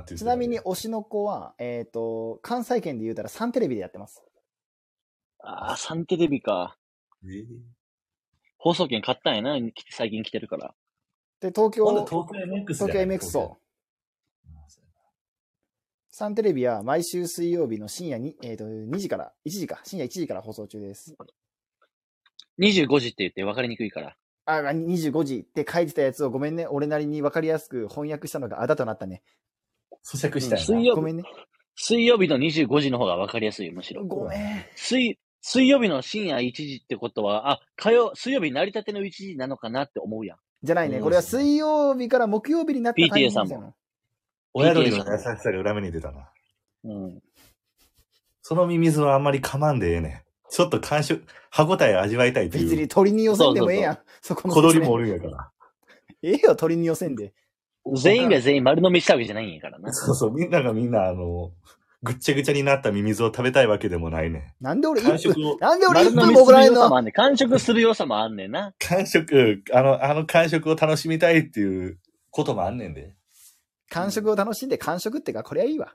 っていうちなみに推しの子は、えっ、と、関西圏で言うたらサンテレビでやってます。ああ、サンテレビか。ええ放送券買ったんやな、き最近来てるから。で、東京、今度東東京 MX 京 MX そう。サンテレビは毎週水曜日の深夜に、えっ、と、2時から、1時か、深夜1時から放送中です。 25時って言って分かりにくいから。あ、あ25時って書いてたやつをごめんね、俺なりに分かりやすく翻訳したのがあだとなったね。咀嚼したいな。水曜ごめんね。水曜日の25時の方が分かりやすいよ、むしろ。ごめん。水、水曜日の深夜1時ってことは、あ、火曜、水曜日成り立ての1時なのかなって思うやん。じゃないね。これは水曜日から木曜日になったタイミング PTA じさゃんん。親鳥の優しさが裏目に出たな。うん。そのミミズはあんまり噛まんでええねん。ちょっと感触、歯応え味わいたいと別いにう鳥に寄せんでもええやん。そこの小鳥もおる。るんやから。ええよ、鳥に寄せんで。全員が全員丸飲みしたわけじゃないんやからな。そうそう、みんながみんな、あの、ぐっちゃぐちゃになったミミズを食べたいわけでもないねなんで俺ん。感1分、触を、なんで俺1丸飲分みもす怒らるれ良んさのもあんねん。完食する良さもあんねんな。感触、あの、あの感触を楽しみたいっていうこともあんねんで。感触を楽しんで、感触ってか、こりゃいいわ。